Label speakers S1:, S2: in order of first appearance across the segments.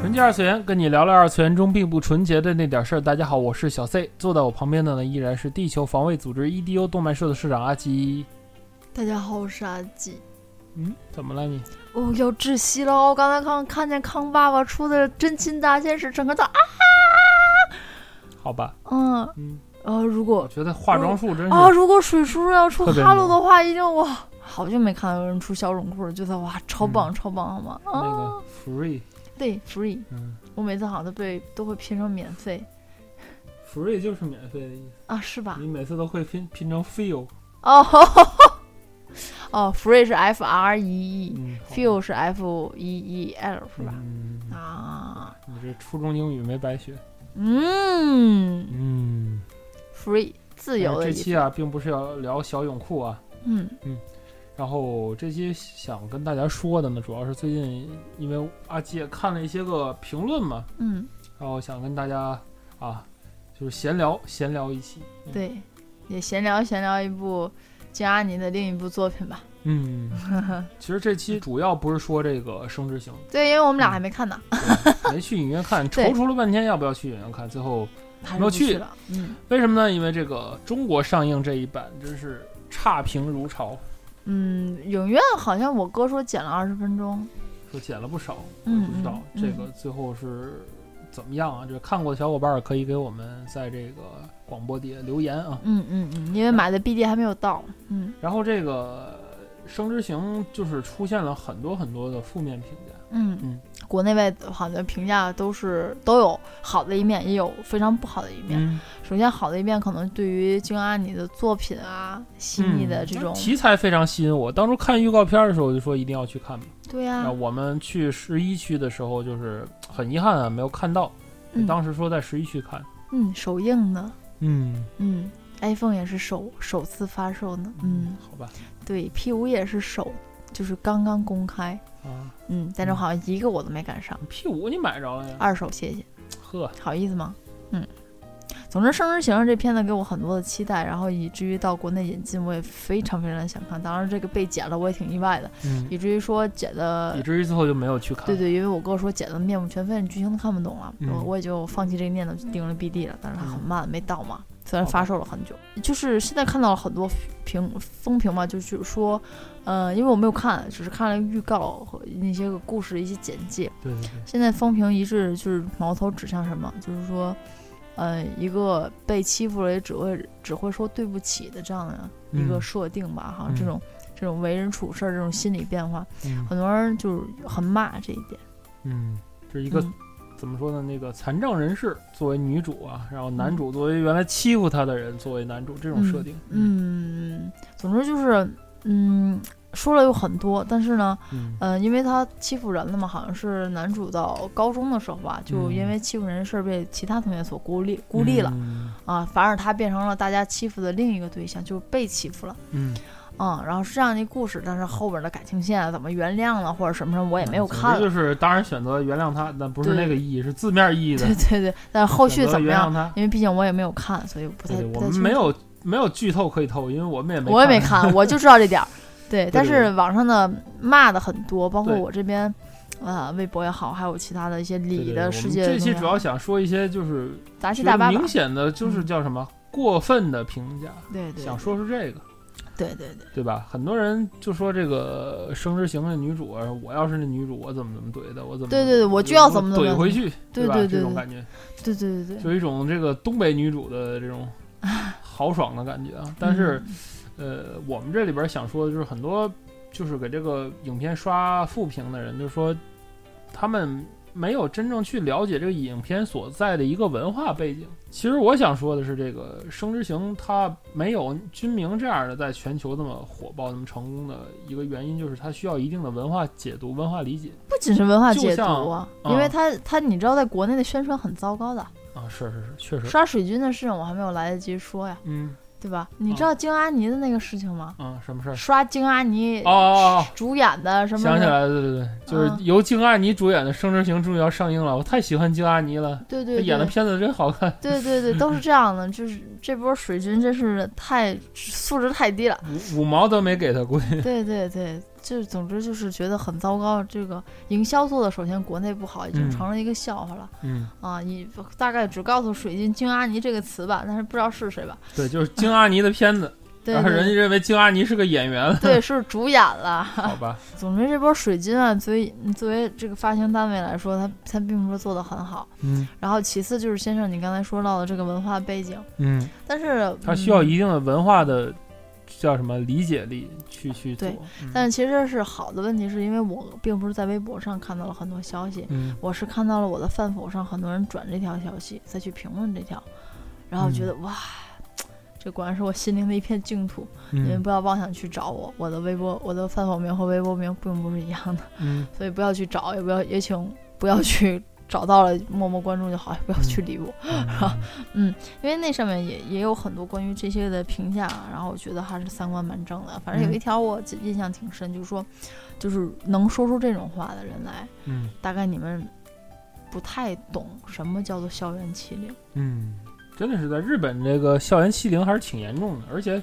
S1: 纯洁二次元，跟你聊聊二次元中并不纯洁的那点事儿。大家好，我是小 C，坐在我旁边的呢依然是地球防卫组织 EDO 动漫社的社长阿基。
S2: 大家好，我是阿吉。
S1: 嗯，怎么了你？
S2: 哦，要窒息了！我刚才看看见康爸爸出的《真亲大天使》，整个都啊，
S1: 好吧，
S2: 嗯，
S1: 嗯，
S2: 呃，如
S1: 我
S2: 果
S1: 觉得化妆术真是、
S2: 啊，如果水叔要出
S1: 特别
S2: 哈喽的话，一定哇，好久没看到有人出小泳裤了，觉得哇，超棒，超棒，好吗？
S1: 嗯那
S2: 啊，
S1: 个 Free，
S2: 对，free，
S1: 嗯
S2: 我每次好像都被都会拼成免费
S1: ，Free 就是免费的意思，
S2: 啊，是吧
S1: 你？每次都会拼拼成 Feel，
S2: 哦， 哦，free 是 F R E
S1: 嗯
S2: E，feel 是 F E E L 是吧？
S1: 嗯，
S2: 啊，
S1: 你这初中英语没白学，
S2: 嗯。
S1: 嗯，
S2: free 自由的
S1: 这
S2: 意
S1: 期
S2: 思。
S1: 啊，并不是要聊小泳裤啊，
S2: 嗯
S1: 然后这期想跟大家说的呢，主要是最近因为阿基也看了一些个评论嘛，
S2: 嗯，
S1: 然后想跟大家啊，就是闲聊闲聊一期。
S2: 对，也闲聊闲聊一部金阿尼的另一部作品吧。
S1: 嗯，其实这期主要不是说这个《生之行
S2: 对，因为我们俩
S1: 嗯
S2: 还没看呢，》，
S1: 没去影院 看，
S2: 对
S1: 踌躇了半天要不要去影院看，最后
S2: 还是
S1: 没有
S2: 不
S1: 去
S2: 去了。嗯
S1: 为什么呢？因为这个中国上映这一版真是差评如潮，
S2: 嗯，影院好像我哥说减了二十分钟。
S1: 说减了不少，我也
S2: 嗯
S1: 不知道
S2: 嗯
S1: 这个最后是怎么样啊？这看过的小伙伴儿可以给我们在这个广播底下留言啊。
S2: 嗯嗯嗯，因为买的 BD 还没有到。嗯
S1: 然后这个《生之行》就是出现了很多很多的负面评价，
S2: 嗯
S1: 嗯
S2: 国内外好像评价都是都有好的一面，也有非常不好的一面。
S1: 嗯，
S2: 首先好的一面可能对于金阿尼的作品啊，细腻
S1: 嗯
S2: 的这种，
S1: 题材非常吸引我。当初看预告片的时候，我就说一定要去看嘛。
S2: 对呀、
S1: 然后我们去十一区的时候，就是很遗憾啊，没有看到。
S2: 嗯
S1: 当时说在十一区看，
S2: 嗯，首映呢。
S1: 嗯
S2: 嗯，iPhone 也是首首次发售呢。嗯，
S1: 好吧，
S2: 对，P 五也是首，就是刚刚公开。
S1: 啊
S2: 嗯，但是
S1: 嗯
S2: 好像一个我都没赶上，
S1: ，P 五你买着了呀？
S2: 二手谢谢，
S1: 呵，
S2: 好意思吗？嗯，总之《生之行》这片子给我很多的期待，然后以至于到国内引进，我也非常非常想看。当然，这个被剪了，我也挺意外的，
S1: 嗯，
S2: 以至于说剪
S1: 以
S2: 的，
S1: 至于最后就没有去看。
S2: 对对，因为我哥说剪的面目全非，剧情都看不懂了，我
S1: 啊嗯
S2: 我也就放弃这个念头，就盯着 BD 了。但是它
S1: 嗯
S2: 很慢，没到嘛。虽然
S1: 好
S2: 发
S1: 吧
S2: 售了很久，就是现在看到了很多评风评嘛，就是说，呃，因为我没有看，只是看了预告和那些个故事的一些简介。
S1: 对对对，
S2: 现在风评一致，就是矛头指向什么？就是说，呃，一个被欺负了也只会只会说对不起的这样的一个
S1: 嗯
S2: 设定吧，哈、
S1: 嗯
S2: 这种这种为人处事儿这种心理变化，
S1: 嗯
S2: 很多人就是很骂这一点。
S1: 嗯，这是一个
S2: 嗯
S1: 怎么说呢？那个残障人士作为女主啊，然后男主作为原来欺负她的人作为男主，这种设定，
S2: 嗯，总之就是，嗯，说了有很多，但是呢，
S1: 嗯
S2: 呃，因为他欺负人了嘛，好像是男主到高中的时候吧，就
S1: 嗯
S2: 因为欺负人的事儿被其他同学所孤立孤立了、
S1: 嗯
S2: 啊，反而他变成了大家欺负的另一个对象，就是被欺负了。
S1: 嗯，
S2: 嗯，然后是这样的一故事，但是后边的感情线啊，怎么原谅了或者什么什么，我也没有
S1: 嗯总之
S2: 看了。
S1: 就是当然选择原谅他，但不是
S2: 对
S1: 那个意义，是字面意义的
S2: 对。对对，但是后续
S1: 选择
S2: 怎么样
S1: 原谅？他？
S2: 因为毕竟我也没有看，所以我不太
S1: 对对，
S2: 不
S1: 我
S2: 太
S1: 们
S2: 清
S1: 没
S2: 楚
S1: 有没有剧透可以透，因为我们也没
S2: 我也没
S1: 看。啊
S2: 看，我就知道这 点儿。对，但
S1: 对
S2: 是
S1: 对
S2: 网上的骂的很多，包括
S1: 对
S2: 我这边，呃，微博也好，还有其他的一些
S1: 对
S2: 理
S1: 对
S2: 的
S1: 对
S2: 世
S1: 我们
S2: 界的
S1: 这
S2: 东西
S1: 期
S2: 啊，
S1: 主要想说一些就是
S2: 杂七
S1: 觉
S2: 大
S1: 得
S2: 八吧。
S1: 明显的就是
S2: 嗯
S1: 叫什么过分的评价，
S2: 对对
S1: 想说是这个。
S2: 对对对，
S1: 对吧？很多人就说这个《生之行》的女主，啊，我要是那女主，我怎么怎么怼的，我怎么
S2: 对对对我就要怎么怎么
S1: 怼回去，
S2: 对
S1: 吧？
S2: 对对
S1: 这种
S2: 对
S1: 感觉，
S2: 对对对对，
S1: 就一种这个东北女主的这种豪爽的感觉啊。但是，呃，我们这里边想说的就是很多就是给这个影片刷负评的人，就说他们没有真正去了解这个影片所在的一个文化背景。其实我想说的是，这个《生之行》它没有《军明》这样的在全球这么火爆、那么成功的一个原因，就是它需要一定的文化解读、文化理解
S2: 不仅是文化
S1: 就
S2: 解读
S1: 像
S2: 啊，
S1: 嗯
S2: 因为它它你知道，在国内的宣传很糟糕的，
S1: 啊。是是是，确实，
S2: 刷水军的事情我还没有来得及说呀，
S1: 嗯
S2: 对吧？你知道京阿尼的那个事情吗？
S1: 嗯，什么事儿？
S2: 刷京阿尼
S1: 哦哦哦，
S2: 主演的什么？
S1: 想起来了，对对对，就是
S2: 嗯
S1: 由京阿尼主演的《生之行》终于要上映了，我太喜欢京阿尼了，
S2: 对
S1: 他
S2: 对，
S1: 演的
S2: 对
S1: 片子真好看。
S2: 对对对，都是这样的，就是这波水军真是太素质太低了。
S1: 五五毛都没给他，估 计
S2: 对对对，就是总之就是觉得很糟糕。这个营销做的，首先国内不好，已经
S1: 嗯
S2: 成了一个笑话了、
S1: 嗯，
S2: 啊！你大概只告诉水军“京阿尼”这个词吧，但是不知道是谁吧？
S1: 对，就是京阿尼的片子，
S2: 对
S1: 然后啊人
S2: 对
S1: 家认为京阿尼是个演员了，
S2: 对，是主演了。
S1: 好吧？
S2: 总之，这波水军啊，作为作为这个发行单位来说，他他并不是做的很好。
S1: 嗯
S2: 然后其次就是先生你刚才说到的这个文化背景，
S1: 嗯，
S2: 但是
S1: 他需要
S2: 嗯
S1: 一定的文化的叫什么理解力去去做嗯
S2: 对。但是其实是好的问题，是因为我并不是在微博上看到了很多消息，
S1: 嗯
S2: 我是看到了我的饭否上很多人转这条消息，再去评论这条，然后我觉得、哇，这果然是我心灵的一片净土。你们
S1: 嗯
S2: 不要妄想去找我，我的微博、我的饭否名和微博名并不是一样的，
S1: 嗯
S2: 所以不要去找，也不要也请不要去找到了默默关注就好，也不要去理我，
S1: 嗯，
S2: 因为那上面也也有很多关于这些的评价，啊然后我觉得还是三观蛮正的。反正有一条我记印象挺深，就是说，就是能说出这种话的人来，
S1: 嗯
S2: 大概你们不太懂什么叫做校园欺凌。
S1: 嗯，真的是在日本这个校园欺凌还是挺严重的，而且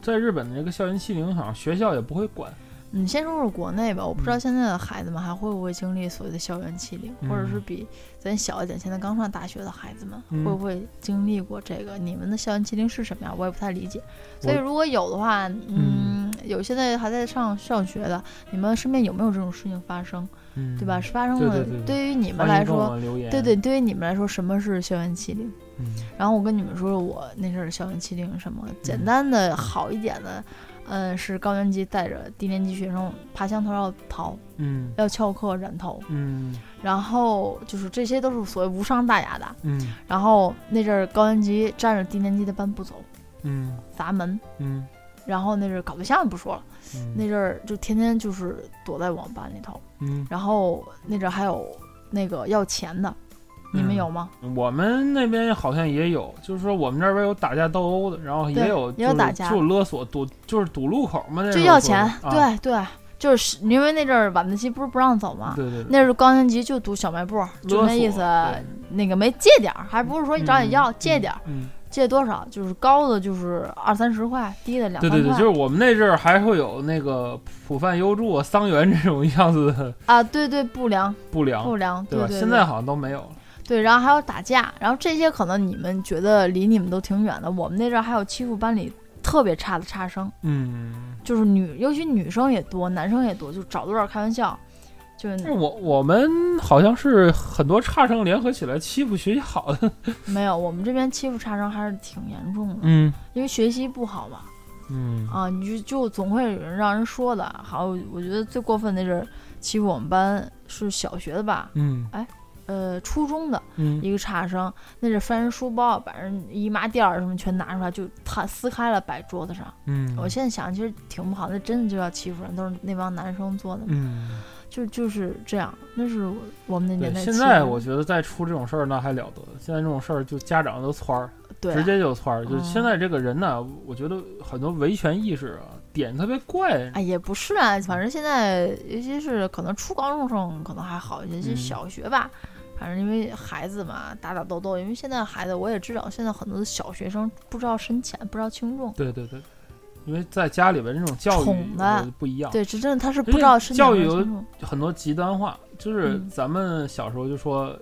S1: 在日本的这个校园欺凌好像学校也不会管。
S2: 你嗯先说说国内吧，我不知道现在的孩子们还会不会经历所谓的校园欺凌，
S1: 嗯
S2: 或者是比咱小一点，现在刚上大学的孩子们、
S1: 嗯
S2: 会不会经历过这个？你们的校园欺凌是什么呀？我也不太理解。所以
S1: 我
S2: 如果有的话，嗯，有现在还在上上学的，你们身边有没有这种事情发生？
S1: 嗯，
S2: 对吧？是发生
S1: 对对
S2: 了。
S1: 对对
S2: 于你
S1: 欢
S2: 们
S1: 迎
S2: 来
S1: 跟我
S2: 说，
S1: 们留言。
S2: 对对，，对于你们来说，什么是校园欺凌？
S1: 嗯
S2: 然后我跟你们说说我那阵儿校园欺凌什么，简单的好一点的，嗯，是高年级带着低年级学生爬墙头要逃，
S1: 嗯
S2: 要翘课染头，
S1: 嗯
S2: 然后就是这些都是所谓无伤大雅的。
S1: 嗯
S2: 然后那阵儿高年级占着低年级的班不走，
S1: 嗯
S2: 砸门。
S1: 嗯
S2: 然后那阵儿搞对象也不说了，
S1: 嗯，
S2: 那阵儿就天天就是躲在网吧里头。
S1: 嗯，
S2: 然后那阵儿还有那个要钱的，你
S1: 嗯
S2: 们有吗？
S1: 我们那边好像也有，就是说我们这边有打架斗殴的，然后也
S2: 对
S1: 有
S2: 也有
S1: 就是
S2: 打架
S1: 就勒索堵，就是堵路口嘛，那
S2: 就
S1: 种说
S2: 要钱
S1: 是，啊、
S2: 对对，就是因为那阵儿晚自习不是不让走吗？
S1: 对对对，
S2: 啊那时候高年级就读小卖部，就
S1: 嗯勒
S2: 那意
S1: 索
S2: 思，
S1: 对
S2: 那个没借点儿，还不是说你找你要、借点儿，
S1: 嗯，
S2: 借多少就是高的就是二三十块，低的两
S1: 对
S2: 三
S1: 对
S2: 块
S1: 对，就是我们那阵儿还会有那个普泛优助、啊、桑园这种 样子的
S2: 啊，对对不良
S1: 不良，
S2: 不良，对
S1: 啊吧
S2: 对
S1: 现在好像都没有了，
S2: 对，然后还有打架，然后这些可能你们觉得离你们都挺远的，我们那阵儿还有欺负班里特别差的差生，
S1: 嗯，
S2: 就是女，尤其女生也多，男生也多，就找多少开玩笑，就是
S1: 但是我我们好像是很多差生联合起来欺负学习好的，
S2: 没有，我们这边欺负差生还是挺严重的，
S1: 嗯
S2: 因为学习不好嘛，
S1: 嗯
S2: 啊，你就就总会有人让人说的。好，我觉得最过分那阵儿欺负我们班是小学的吧，
S1: 嗯
S2: 呃，初中的
S1: 嗯
S2: 一个差生，那是翻人书包，把人姨妈垫儿什么全拿出来，就他撕开了摆桌子上。
S1: 嗯，
S2: 我现在想，其实挺不好，那真的就要欺负人，都是那帮男生做的嘛，
S1: 嗯。
S2: 就就是这样。那是我我们那
S1: 对
S2: 年，代欺
S1: 现
S2: 负人。
S1: 在我觉得再出这种事儿那还了得？现在这种事儿就家长都窜儿，
S2: 对
S1: 直接就窜儿。就
S2: 嗯
S1: 现在这个人呢，我觉得很多维权意识啊，点特别怪。
S2: 哎，也不是啊，反正现在，尤其是可能初高中生可能还好一些，就
S1: 嗯
S2: 小学吧，反正因为孩子嘛，打打斗斗。因为现在孩子，我也知道，现在很多的小学生不知道深浅，不知道轻重，
S1: 对对对，因为在家里边这种教育
S2: 宠的
S1: 我觉得不一样，
S2: 对，这真的他是
S1: 因为
S2: 不知道深浅
S1: 教
S2: 不
S1: 育
S2: 知道
S1: 有
S2: 轻重。
S1: 很多极端化。就是
S2: 嗯
S1: 咱们小时候就说，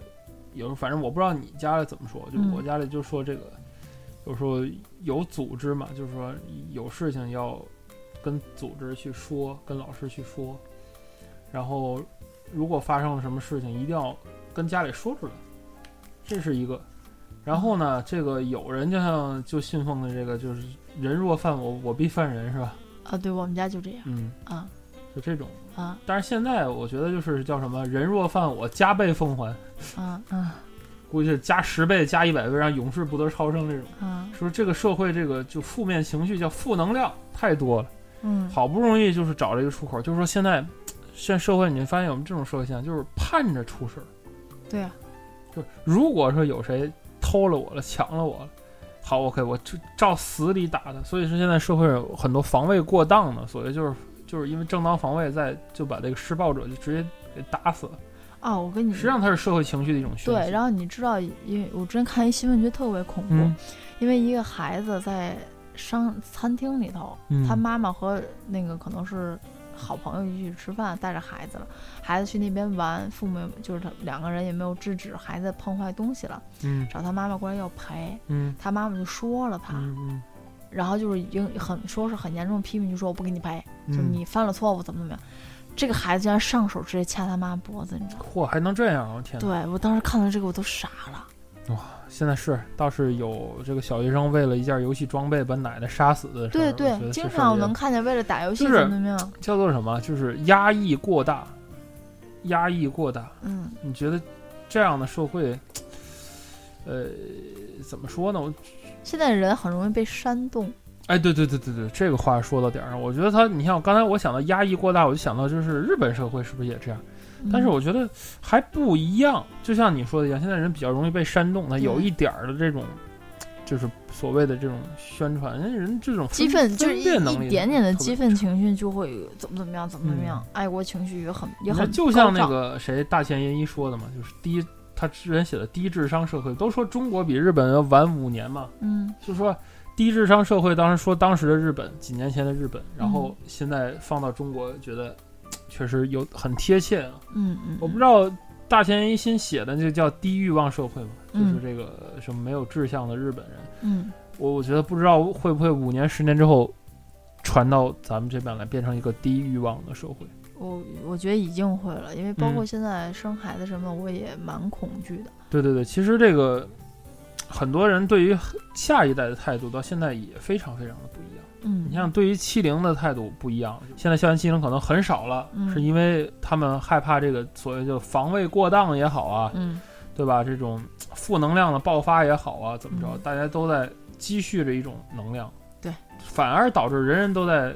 S1: 有时候反正我不知道你家里怎么说，就
S2: 嗯
S1: 我家里就说这个，有时候有组织嘛，就是说有事情要跟组织去说，跟老师去说，然后如果发生了什么事情，一定要跟家里说出来，这是一个。然后
S2: 嗯
S1: 呢，这个有人就像就信奉的这个，就是人若犯我，我必犯人，是吧？
S2: 啊，对我们家就这样
S1: 嗯，
S2: 啊，
S1: 就这种。
S2: 啊
S1: 但是现在我觉得就是叫什么“人若犯我，加倍奉还
S2: 啊啊”，
S1: 估计加十倍、加一百倍，让永世不得超生这种。
S2: 啊，
S1: 说这个社会这个就负面情绪叫负能量太多了，
S2: 嗯，
S1: 好不容易就是找了一个出口，就是说现在现在社会，你发现我们这种社会现象就是盼着出事儿。
S2: 对啊，
S1: 就是如果说有谁偷了我了、抢了我了，好，OK，我就照死里打他。所以说现在社会上有很多防卫过当的，所谓就是就是因为正当防卫在就把这个施暴者就直接给打死了。
S2: 啊，我跟你
S1: 实际上它是啊社会情绪的一种宣泄。
S2: 对，然后你知道，因为我之前看一新闻，觉得特别恐怖，
S1: 嗯
S2: 因为一个孩子在商餐厅里头，
S1: 嗯
S2: 他妈妈和那个可能是好朋友一起吃饭，带着孩子了，孩子去那边玩，父母就是他两个人也没有制止，孩子碰坏东西了，
S1: 嗯
S2: 找他妈妈过来要赔，
S1: 嗯
S2: 他妈妈就说了他，
S1: 嗯
S2: 然后就是已经很说是很严重的批评，就说我不给你赔，
S1: 嗯，
S2: 就你犯了错误怎么怎么样，这个孩子竟然上手直接掐他妈脖子，你知道吗？
S1: 嚯还能这样啊！我天哪！
S2: 对我当时看到这个我都傻了。
S1: 现在是倒是有这个小学生为了一件游戏装备把奶奶杀死的事儿，
S2: 对
S1: 我觉
S2: 对，
S1: 得
S2: 经
S1: 这事儿
S2: 常我
S1: 也
S2: 能看见为了打游戏
S1: 就是
S2: 怎么怎么样，
S1: 叫做什么？就是压抑过大，压抑过大。
S2: 嗯
S1: 你觉得这样的社会，呃，怎么说呢？我
S2: 现在人很容易被煽动，
S1: 哎，对对对对对，这个话说到点儿上。我觉得他，你像刚才我想到压抑过大，我就想到就是日本社会是不是也这样？但是
S2: 嗯
S1: 我觉得还不一样，就像你说的一样，现在人比较容易被煽动，他有
S2: 对
S1: 一点儿的这种，就是所谓的这种宣传，人人这种
S2: 激
S1: 分
S2: 愤就是一
S1: 分辨能力
S2: 一点点的
S1: 特别
S2: 激愤情绪就会怎么怎么样怎么怎么
S1: 嗯
S2: 样，爱国情绪也很
S1: 你
S2: 也很
S1: 看，就像
S2: 高
S1: 那
S2: 涨
S1: 个谁大前研一说的嘛，就是低，他之前写的低智商社会，都说中国比日本要晚五年嘛，
S2: 嗯
S1: 就说低智商社会，当时说当时的日本，几年前的日本，然
S2: 嗯
S1: 后现在放到中国，觉得确实有很贴切啊。
S2: 嗯嗯，
S1: 我不知
S2: 道
S1: 道大前研一新写的那个叫低欲望社会嘛，就
S2: 嗯
S1: 是这个什么没有志向的日本人，
S2: 嗯
S1: 我我觉得不知道会不会五年十年之后传到咱们这边来，变成一个低欲望的社会。
S2: 我我觉得已经会了，因为包括
S1: 嗯
S2: 现在生孩子什么，我也蛮恐惧的。
S1: 对对对，其实这个很多人对于下一代的态度到现在也非常非常的不一样。
S2: 嗯，
S1: 你像对于欺凌的态度不一样，现在校园欺凌可能很少了，
S2: 嗯
S1: 是因为他们害怕这个所谓就防卫过当也好啊，
S2: 嗯
S1: 对吧？这种负能量的爆发也好啊，怎么着
S2: 嗯，
S1: 大家都在积蓄着一种能量，
S2: 对，
S1: 反而导致人人都在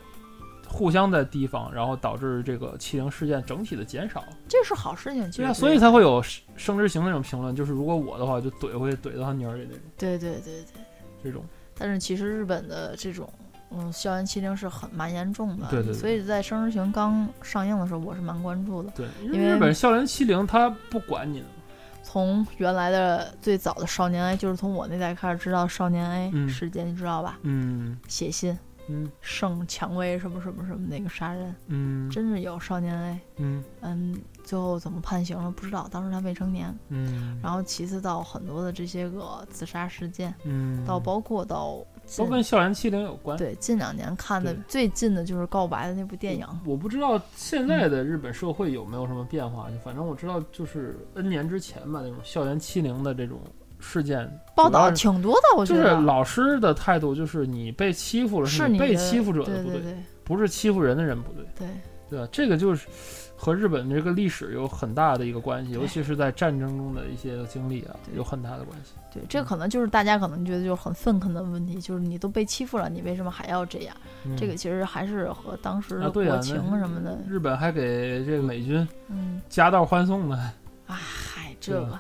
S1: 互相在提防，然后导致这个欺凌事件整体的减少。
S2: 这是好事情，其
S1: 对啊，
S2: 实
S1: 所以才会有生之行那种评论，就是如果我的话，就怼回去怼到他女儿里那种
S2: 对对对对。
S1: 这种。
S2: 但是其实日本的这种嗯校园欺凌是很蛮严重的，
S1: 对对对
S2: 所以在《生之行》刚上映的时候，我是蛮关注的。
S1: 对，
S2: 因为
S1: 日本校园欺凌他不管你的，
S2: 从原来的最早的少年 A，就是从我那代开始知道少年 A
S1: 嗯
S2: 事件，你知道吧？
S1: 嗯
S2: 写信
S1: 嗯
S2: 圣蔷薇什么什么什么那个杀人，
S1: 嗯
S2: 真是有少年 A。
S1: 嗯
S2: 嗯，最后怎么判刑了不知道，当时他未成年。
S1: 嗯，
S2: 然后其次到很多的这些个自杀事件，
S1: 嗯
S2: 到包括到近
S1: 都跟校园欺凌有关。
S2: 对近两年看的
S1: 对
S2: 最近的就是告白的那部电影，
S1: 我不知道现在的日本社会有没有什么变化，就反正我知道，就是 N 年之前吧，那种校园欺凌的这种事件
S2: 报道
S1: 主
S2: 挺多的，我
S1: 要是
S2: 觉
S1: 就是
S2: 得
S1: 老师的态度，就是你被欺负了，
S2: 是
S1: 你
S2: 你
S1: 被
S2: 的
S1: 欺负者的
S2: 对
S1: 不
S2: 对对
S1: 不是欺负人的人不对。
S2: 对，
S1: 对吧？这个就是和日本这个历史有很大的一个关系，
S2: 对
S1: 尤其是在战争中的一些经历啊，
S2: 对
S1: 有很大的关系。
S2: 对，这
S1: 嗯
S2: 可能就是大家可能觉得就是很愤恨的问题，就是你都被欺负了，你为什么还要这样？
S1: 嗯
S2: 这个其实还是和当时
S1: 啊
S2: 的
S1: 对啊
S2: 国情
S1: 那
S2: 什么的，
S1: 日本还给这个美军
S2: 嗯，
S1: 夹道欢送呢，
S2: 啊，嗨，这
S1: 对啊
S2: 个，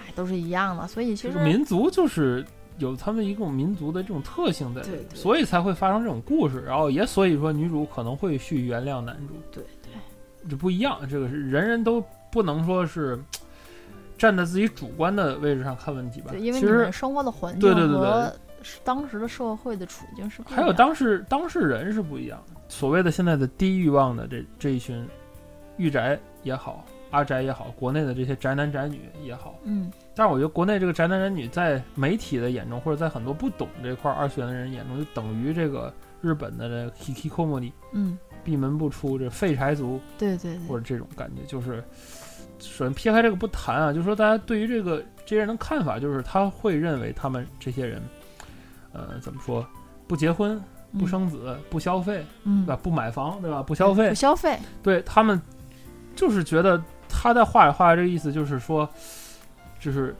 S2: 哎，都是一样的，所以其
S1: 这
S2: 实
S1: 个民族就是有他们一种民族的这种特性在里
S2: 对
S1: 面，
S2: 对
S1: 所以才会发生这种故事。然后也所以说女主可能会去原谅男主，
S2: 对对，
S1: 这不一样，这个是人人都不能说是站在自己主观的位置上看问题吧。
S2: 对，因为
S1: 其
S2: 你
S1: 实
S2: 们生活的环境
S1: 对对对对
S2: 和是当时的社会的处境是不一
S1: 还有
S2: 样
S1: 当事当事人是不一样的。所谓的现在的低欲望的这这一群，御宅也好，阿宅也好，国内的这些宅男宅女也好，
S2: 嗯
S1: 但是我觉得国内这个宅男宅女在媒体的眼中，或者在很多不懂这块二次元的人眼中，就等于这个日本的这个 hikikomori
S2: 嗯，
S1: 闭门不出，这废柴族
S2: 对对
S1: 或者
S2: 对，
S1: 这种感觉，就是首先撇开这个不谈啊，就是说大家对于这个这些人的看法，就是他会认为他们这些人，呃，怎么说，不结婚，不生子、不消费，
S2: 嗯
S1: 对吧？不买房，对吧？不消费
S2: 不，消费，
S1: 对他们就是觉得他在话里话外这个意思就是说，就是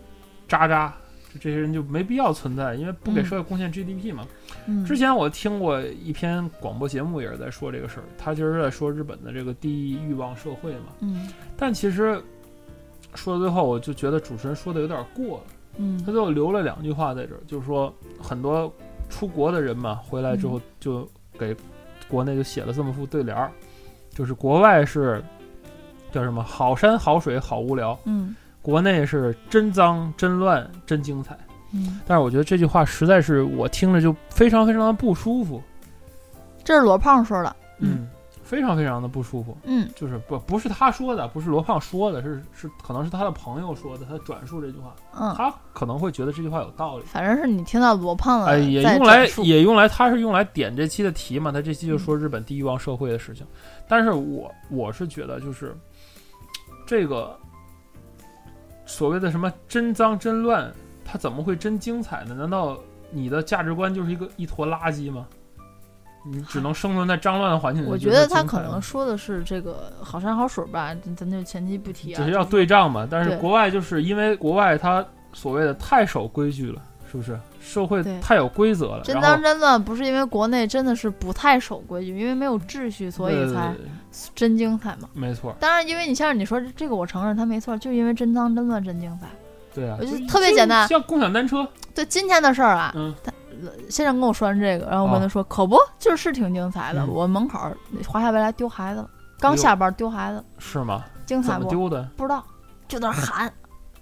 S1: 渣渣，就这些人就没必要存在，因为不给
S2: 嗯
S1: 社会贡献 GDP 嘛。
S2: 嗯，
S1: 之前我听过一篇广播节目也是在说这个事儿，他就是在说日本的这个低欲望社会嘛。
S2: 嗯
S1: 但其实说到最后，我就觉得主持人说的有点过了，他
S2: 嗯
S1: 最后留了两句话在这儿，就是说很多出国的人嘛，回来之后就给国内就写了这么副对联儿，就是国外是叫什么好山好水好无聊，
S2: 嗯
S1: 国内是真脏真乱真精彩。
S2: 嗯，
S1: 但是我觉得这句话实在是我听着就非常非常的不舒服，
S2: 这是罗胖说的，嗯
S1: 嗯，非常非常的不舒服。
S2: 嗯
S1: 就是不不是他说的，不是罗胖说的，是是可能是他的朋友说的，他转述这句话，
S2: 嗯，
S1: 他可能会觉得这句话有道理。
S2: 反正是你听到罗胖了，
S1: 哎，也
S2: 嗯在
S1: 用来
S2: 转述嗯
S1: 也用来，他是用来点这期的题嘛？他这期就说日本低欲望社会的事情，但是我我是觉得就是这个所谓的什么真脏真乱，它怎么会真精彩呢？难道你的价值观就是一个一坨垃圾吗？你只能生存在脏乱的环境里。
S2: 我
S1: 嗯就
S2: 觉
S1: 是
S2: 得他
S1: 精彩
S2: 可
S1: 吗
S2: 能说的是这个好山好水吧，咱咱就前期不提啊。
S1: 只是要对仗嘛。但是
S2: 对
S1: 国外就是因为国外它所谓的太守规矩了，是不是？社会
S2: 对
S1: 太有规则了，
S2: 真
S1: 然
S2: 当
S1: 后
S2: 真的不是因为国内真的是不太守规矩，因为没有秩序，所以才
S1: 呃
S2: 真精彩嘛。
S1: 没错，
S2: 当然，因为你像你说这个，我承认他没错，就是因为真脏真乱真精彩。
S1: 对啊，
S2: 我觉得
S1: 就
S2: 特别
S1: 就
S2: 简单
S1: 像共享单车，
S2: 对今天的事儿啊，
S1: 嗯哦
S2: 他先生跟我说完这个，然后我跟他说，可不就是是挺精彩的。
S1: 嗯
S2: 我门口儿华夏未来丢孩子了，刚下班丢孩子，
S1: 是吗？
S2: 精彩
S1: 怎
S2: 不
S1: 么？丢的？
S2: 不知道，就在那儿 喊，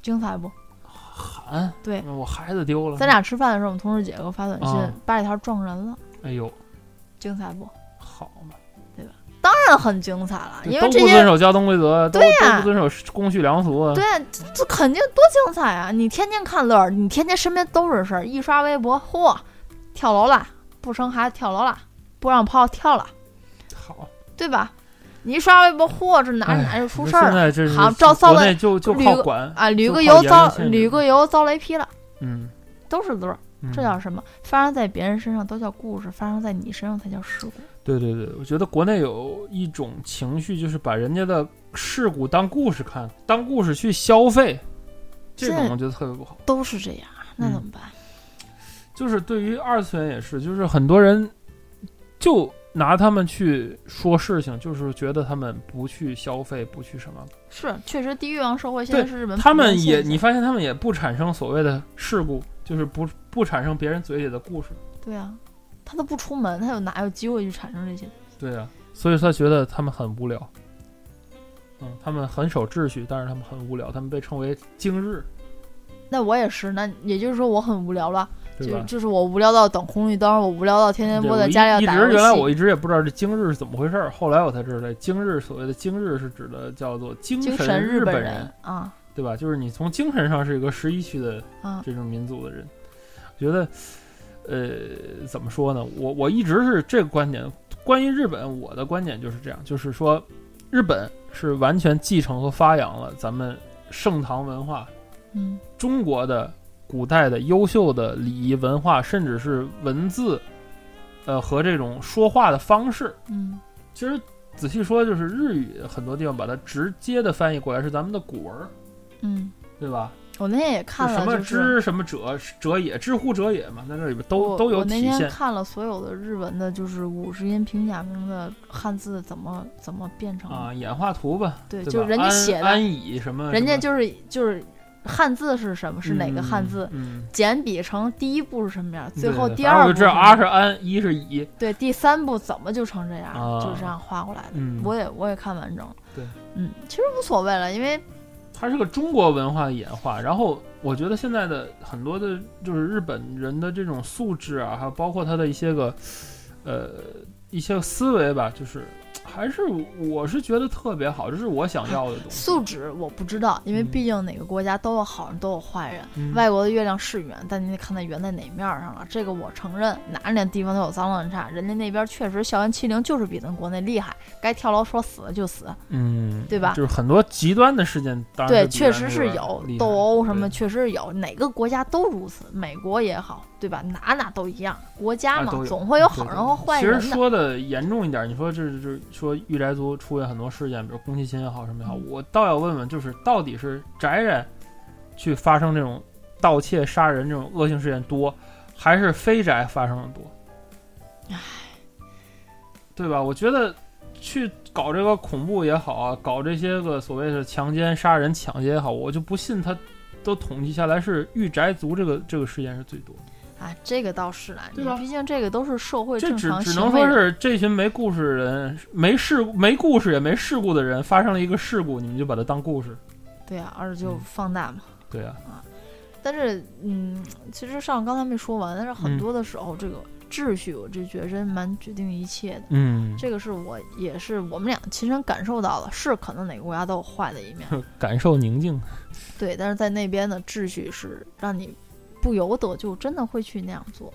S2: 精彩不？
S1: 喊，
S2: 对
S1: 那我孩子丢了，
S2: 咱俩吃饭的时候，我们同事姐给我发短
S1: 啊
S2: 信，八里桥撞人了，
S1: 哎呦，
S2: 精彩不？
S1: 好嘛，
S2: 当然很精彩了，因为
S1: 都
S2: 这
S1: 不遵
S2: 些
S1: 守交通规则，都
S2: 对
S1: 都
S2: 呀
S1: 不遵守公序良俗啊
S2: 对，这这肯定多精彩啊！你天天看乐儿，你天天身边都是事儿，一刷微博，嚯，跳楼了，不生孩子跳楼了，不让泡跳了，
S1: 好，
S2: 对吧？你一刷微博，嚯，这哪儿哪儿就出事儿
S1: 哎现
S2: 了
S1: 在这是
S2: 好照骚
S1: 国
S2: 的
S1: 内就就
S2: 旅
S1: 靠
S2: 游
S1: 管，
S2: 啊！旅
S1: 就
S2: 个
S1: 靠
S2: 游
S1: 言
S2: 遭
S1: 论限制
S2: 旅个游遭雷劈了，
S1: 嗯，
S2: 都是乐儿，
S1: 嗯
S2: 这叫什么？发生在别人身上都叫故事，发生在你身上才叫事故。
S1: 对对对，我觉得国内有一种情绪，就是把人家的事故当故事看，当故事去消费，这种
S2: 这
S1: 我觉得特别不好。
S2: 都是这样，啊那
S1: 嗯
S2: 怎么办？
S1: 就是对于二次元也是，就是很多人就拿他们去说事情，就是觉得他们不去消费，不去什么，
S2: 是，确实低欲望社会现在
S1: 对
S2: 是日本普遍现象，
S1: 他们也你发现他们也不产生所谓的事故，就是不不产生别人嘴里的故事。
S2: 对啊，他都不出门，他有哪有机会去产生这些？
S1: 对啊，所以他觉得他们很无聊。嗯，他们很守秩序，但是他们很无聊，他们被称为“今日
S2: 那我也是，那也就是说我很无聊了，”，
S1: 对
S2: 就
S1: 吧？
S2: 就是我无聊到等红绿灯，我无聊到天天
S1: 对
S2: 窝
S1: 我
S2: 在
S1: 一
S2: 家里要
S1: 一
S2: 打
S1: 直
S2: 游戏。
S1: 原来我一直也不知道这今日是怎么回事儿，后来我才知道，这今日所谓的今日是指的叫做精
S2: 精
S1: 神
S2: 神日
S1: 本
S2: 人啊
S1: 对吧？就是你从精神上是一个十一区的
S2: 啊，
S1: 这种民族的人，我觉得，呃，怎么说呢？我我一直是这个观点。关于日本，我的观点就是这样，就是说，日本是完全继承和发扬了咱们盛唐文化
S2: 嗯
S1: 中国的古代的优秀的礼仪文化，甚至是文字，呃和这种说话的方式。
S2: 嗯
S1: 其实仔细说，就是日语很多地方把它直接的翻译过来是咱们的古文儿，
S2: 嗯，
S1: 对吧？
S2: 我那天也
S1: 就
S2: 看
S1: 什
S2: 了，
S1: 么
S2: 就是
S1: 之什么者者也，知乎者也嘛，在这里边都
S2: 我
S1: 都有
S2: 我那
S1: 体
S2: 天
S1: 现。
S2: 看了所有的日文的，就是五十音平假名的汉字怎么怎么变成的
S1: 啊，演化图吧，
S2: 对，
S1: 对
S2: 就
S1: 吧
S2: 是人家写
S1: 安
S2: 的，
S1: 安以什么，
S2: 人家
S1: 什么
S2: 就是就是汉字是什么，是哪个汉字，
S1: 嗯，
S2: 简笔成第一步是什么样，
S1: 嗯
S2: 最后
S1: 对
S2: 第
S1: 对反正
S2: 二
S1: 我
S2: 步
S1: 就知道啊
S2: 什么
S1: 阿是安，一是以，
S2: 对，第三步怎么就成这样了，
S1: 啊
S2: 就这样画过来的。
S1: 嗯，
S2: 我也我也看完整了。
S1: 对，
S2: 嗯，其实无所谓了，因为
S1: 它是个中国文化的演化。然后我觉得现在的很多的，就是日本人的这种素质啊，还有包括他的一些个，呃，一些思维吧，就是还是我是觉得特别好，这是我想要的东西。
S2: 素质我不知道，因为
S1: 嗯
S2: 毕竟哪个国家都有好人都有坏人。
S1: 嗯
S2: 外国的月亮是圆，但你得看它圆在哪面儿上了。这个我承认，哪哪地方都有脏乱差，人家那边确实校园欺凌就是比咱国内厉害，该跳楼说死就死，
S1: 嗯，
S2: 对吧
S1: 就是很多极端的事件，当然
S2: 对，
S1: 是比
S2: 确
S1: 咱
S2: 实
S1: 那
S2: 是
S1: 边
S2: 有
S1: 厉害
S2: 斗殴什么，
S1: 对
S2: 确实有，哪个国家都如此，美国也好，对吧？哪哪都一样，国家
S1: 啊
S2: 嘛，
S1: 都有
S2: 总会有
S1: 对
S2: 好
S1: 对
S2: 人和坏
S1: 其实
S2: 人的。
S1: 说的严重一点，你说这就是说御宅族出现很多事件，比如宫崎勤也好什么也好，
S2: 嗯
S1: 我倒要问问，就是到底是宅人去发生这种盗窃、杀人这种恶性事件多，还是非宅发生的多？
S2: 唉，
S1: 对吧？我觉得去搞这个恐怖也好啊，搞这些个所谓的强奸、杀人、抢劫也好，我就不信他都统计下来是御宅族这个这个事件是最多的。
S2: 啊，这个倒是啊，
S1: 对
S2: 你
S1: 吧
S2: 毕竟这个都是社会
S1: 这
S2: 正
S1: 只
S2: 常
S1: 只
S2: 行
S1: 能
S2: 为
S1: 说
S2: 的。
S1: 是这群没故事人、没事、没故事也没事故的人发生了一个事故，你们就把它当故事。
S2: 对啊，而就
S1: 嗯
S2: 放大嘛。
S1: 对啊，
S2: 但是，嗯，其实上刚才没说完，但是很
S1: 嗯
S2: 多的时候，这个秩序，我就觉得真蛮决定一切的。
S1: 嗯，
S2: 这个是我也是我们俩亲身感受到了，是可能哪个国家都有坏的一 面，
S1: 感受宁静。
S2: 对，但是在那边的秩序是让你不由得就真的会去那样做。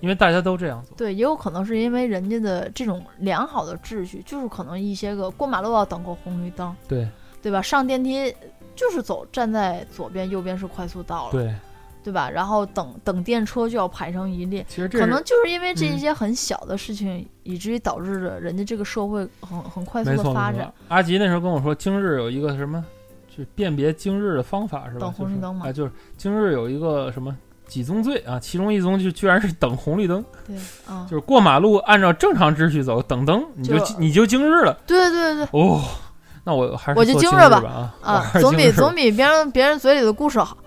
S1: 因为大家都这样做，
S2: 对，也有可能是因为人家的这种良好的秩序，就是可能一些个过马路要等个红绿灯，
S1: 对
S2: 对吧？上电梯就是走站在左边，右边是快速道了，对
S1: 对，
S2: 吧？然后等等电车就要排成一列，
S1: 其实这
S2: 可能就是因为这
S1: 嗯
S2: 一些很小的事情，以至于导致了人家这个社会很很快速
S1: 没
S2: 的
S1: 错
S2: 发
S1: 没
S2: 展
S1: 错。。阿吉那时候跟我说，今日有一个什么，就是辨别今日的方法是吧？
S2: 等红绿灯
S1: 就是
S2: 嘛
S1: 哎，就是今日有一个什么。几宗罪啊，其中一宗就居然是等红绿灯，
S2: 对，啊
S1: 就，是过马路按照正常秩序走，等灯你就
S2: 就
S1: 你就今日了
S2: 对对对，
S1: 哦。那我还是
S2: 我就
S1: 做
S2: 今
S1: 今
S2: 日
S1: 吧
S2: 吧
S1: 啊我
S2: 啊
S1: 还，是
S2: 总
S1: 今
S2: 比
S1: 日吧
S2: 总比别人别人嘴里的故事好，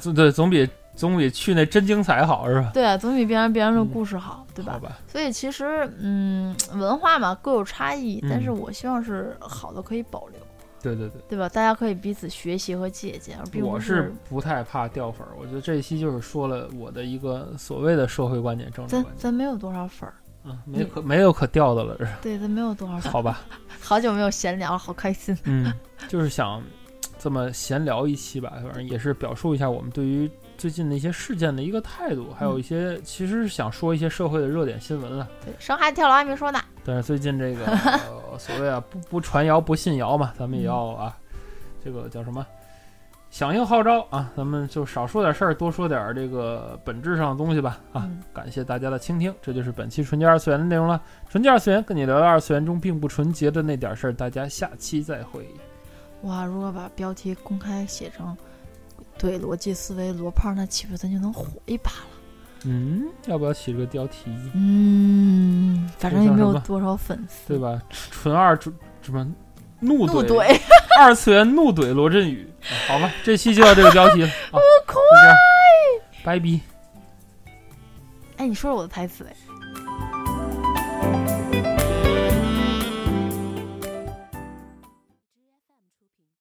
S1: 总对，总比总比去那真精彩好是吧？
S2: 对啊，总比别人别人的
S1: 嗯
S2: 故事好，对吧
S1: 好？吧，
S2: 所以其实，嗯，文化嘛各有差异，但是
S1: 嗯
S2: 我希望是好的可以保留，
S1: 对对对，
S2: 对吧？大家可以彼此学习和借鉴，而并不
S1: 我
S2: 是
S1: 是不太怕掉粉儿。我觉得这一期就是说了我的一个所谓的社会观点、政治
S2: 咱
S1: 观点，
S2: 咱没有多少 粉儿，
S1: 嗯，没可没有可掉的了，是
S2: 对，咱没有多少粉儿。
S1: 好 吧？
S2: 好久没有闲聊了，好开心。
S1: 嗯，就是想这么闲聊一期吧，反正也是表述一下我们对于最近的一些事件的一个态度，还
S2: 嗯
S1: 有一些其实是想说一些社会的热点新闻了。啊
S2: 对，上海跳楼还没说呢，
S1: 但是最近这个、 呃、所谓啊，不不传谣不信谣嘛，咱们也要啊，这个叫什么？响应号召啊，咱们就少说点事儿，多说点儿这个本质上的东西吧啊！
S2: 嗯
S1: 感谢大家的倾听，这就是本期纯洁二次元的内容了。纯洁二次元跟你聊聊二次元中并不纯洁的那点事儿，大家下期再会。
S2: 嗯哇！如果把标题公开写成“对逻辑思维罗胖”，那岂不咱就能火一把了？
S1: 嗯，要不要起这个标题？
S2: 嗯，反正也没
S1: 这叫
S2: 有
S1: 什么
S2: 多少粉丝，
S1: 对？吧？纯二纯什么怒
S2: 嗯怒
S1: 怼
S2: 怼。啊
S1: 二次元怒怼罗振宇、啊好吧，这期就到这个标题 了。啊、我哭，拜拜。
S2: 哎，你说说我的台词哎，